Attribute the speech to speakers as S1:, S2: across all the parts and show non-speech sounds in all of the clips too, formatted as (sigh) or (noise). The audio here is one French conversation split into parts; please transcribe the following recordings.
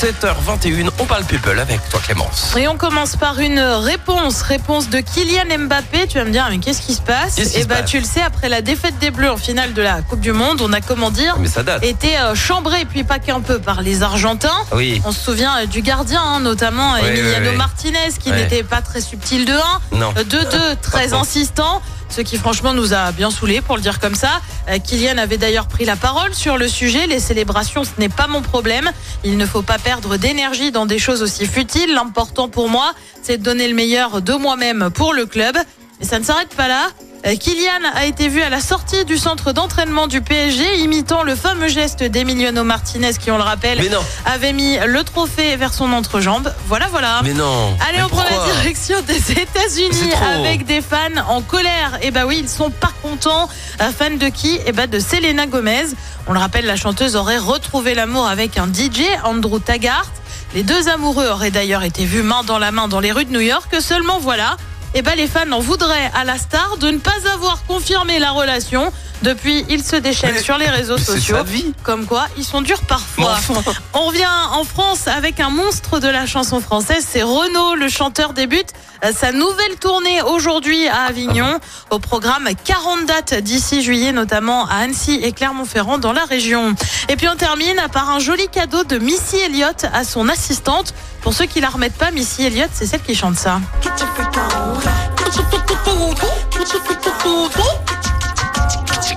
S1: 7h21, on parle people avec toi Clémence.
S2: Et on commence par une réponse, réponse de Kylian Mbappé. Tu vas me dire, mais qu'est-ce qui se passe
S1: Qu'est-ce qui
S2: Et
S1: se
S2: bah
S1: passe
S2: tu le sais, après la défaite des Bleus en finale de la Coupe du Monde, on a comment dire
S1: Mais ça date. Ah
S2: été euh, chambré, et puis pas qu'un peu par les Argentins.
S1: Oui,
S2: On se souvient euh, du gardien, hein, notamment
S1: Oui,
S2: Emiliano
S1: oui, oui.
S2: Martinez, qui
S1: Ouais.
S2: n'était pas très subtil de 1.
S1: non.
S2: Euh, 2-2, très insistant, ce qui franchement nous a bien saoulés, pour le dire comme ça. Euh, Kylian avait d'ailleurs pris la parole sur le sujet. Les célébrations, ce n'est pas mon problème. Il ne faut pas perdre d'énergie dans des choses aussi futiles. L'important pour moi, c'est de donner le meilleur de moi-même pour le club. Mais ça ne s'arrête pas là. Euh, Kylian a été vu à la sortie du centre d'entraînement du PSG, imitant le fameux geste d'Emiliano Martinez, qui, on le rappelle,
S1: Mais non,
S2: avait mis le trophée vers son entrejambe. Voilà, voilà.
S1: mais non.
S2: Allez,
S1: Mais
S2: on prend la
S1: pourquoi
S2: direction des
S1: C'est
S2: États-Unis
S1: trop.
S2: avec des fans en colère. Et bah oui, ils sont pas contents. Euh, Fans de qui Et bah de Selena Gomez. On le rappelle, la chanteuse aurait retrouvé l'amour avec un DJ, Andrew Taggart. Les deux amoureux auraient d'ailleurs été vus main dans la main dans les rues de New York. Seulement voilà, et bah les fans en voudraient à la star de ne pas avoir confirmé la relation. Depuis, ils se déchaînent
S1: Mais-
S2: sur les réseaux
S1: C'est
S2: sociaux.
S1: sa vie.
S2: Comme quoi, ils sont durs
S1: Mais
S2: parfois.
S1: enfin.
S2: On revient en France avec un monstre de la chanson française, c'est Renaud, le chanteur débute euh, sa nouvelle tournée aujourd'hui à Avignon, au programme 40 dates d'ici juillet, notamment à Annecy et Clermont-Ferrand dans la région. Et puis on termine par un joli cadeau de Missy Elliott à son assistante. Pour ceux qui la remettent pas, Missy Elliott, c'est celle qui chante ça.
S3: get your freak on. Get your freak on. Get your freak on.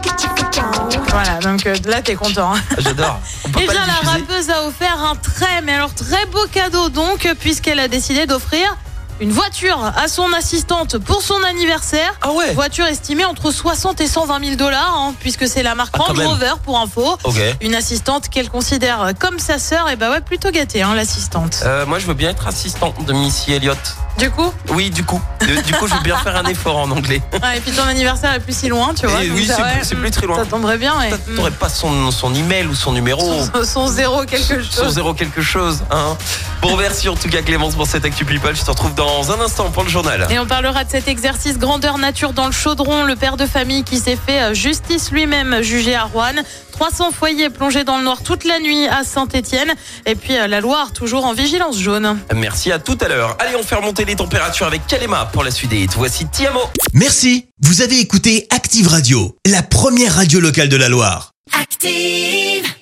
S3: Get your freak on.
S2: Voilà, donc euh, là t'es content. hein.
S1: Ah, J'adore. On peut
S2: Eh
S1: pas
S2: bien,
S1: le
S2: la
S1: diffuser.
S2: rappeuse a offert un très, mais alors très beau cadeau donc, puisqu'elle a décidé d'offrir une voiture à son assistante pour son anniversaire.
S1: Ah ouais
S2: Voiture estimée entre 60 et 120 000 dollars, hein, puisque c'est la marque
S1: Ah, quand
S2: Range
S1: même.
S2: Rover pour info.
S1: Ok.
S2: Une assistante qu'elle considère comme sa sœur, et bah ouais, plutôt gâtée, hein, l'assistante.
S1: Euh, moi, je veux bien être assistant de Missy Elliott.
S2: Du coup,
S1: Oui, du coup. Euh, Du coup, je veux bien faire un effort en anglais.
S2: ouais, et puis ton anniversaire est plus si loin, tu vois.
S1: Eh
S2: donc
S1: oui,
S2: ça,
S1: c'est
S2: (laughs) ouais,
S1: plus- c'est
S2: mm,
S1: plus très loin.
S2: Ça tomberait bien. ouais. Hmm.
S1: T'as- T'aurais pas son, son email ou son numéro
S2: Son- son zéro quelque
S1: Oh. Son
S2: chose.
S1: zéro quelque chose, hein. Bon, merci en tout cas Clémence pour cette Actu People. Je te retrouve dans un instant pour le journal.
S2: Et on parlera de cet exercice grandeur nature dans le chaudron. Le père de famille qui s'est fait euh, justice lui-même, jugé à Rouen. 300 foyers plongés dans le noir toute la nuit à Saint-Étienne. Et puis euh, la Loire toujours en vigilance jaune.
S1: Merci à tout à l'heure. Allez, on fait remonter les températures avec Kalema pour la suite des hits. Voici Tiamo.
S4: Merci, vous avez écouté Active Radio, la première radio locale de la Loire.
S3: Active.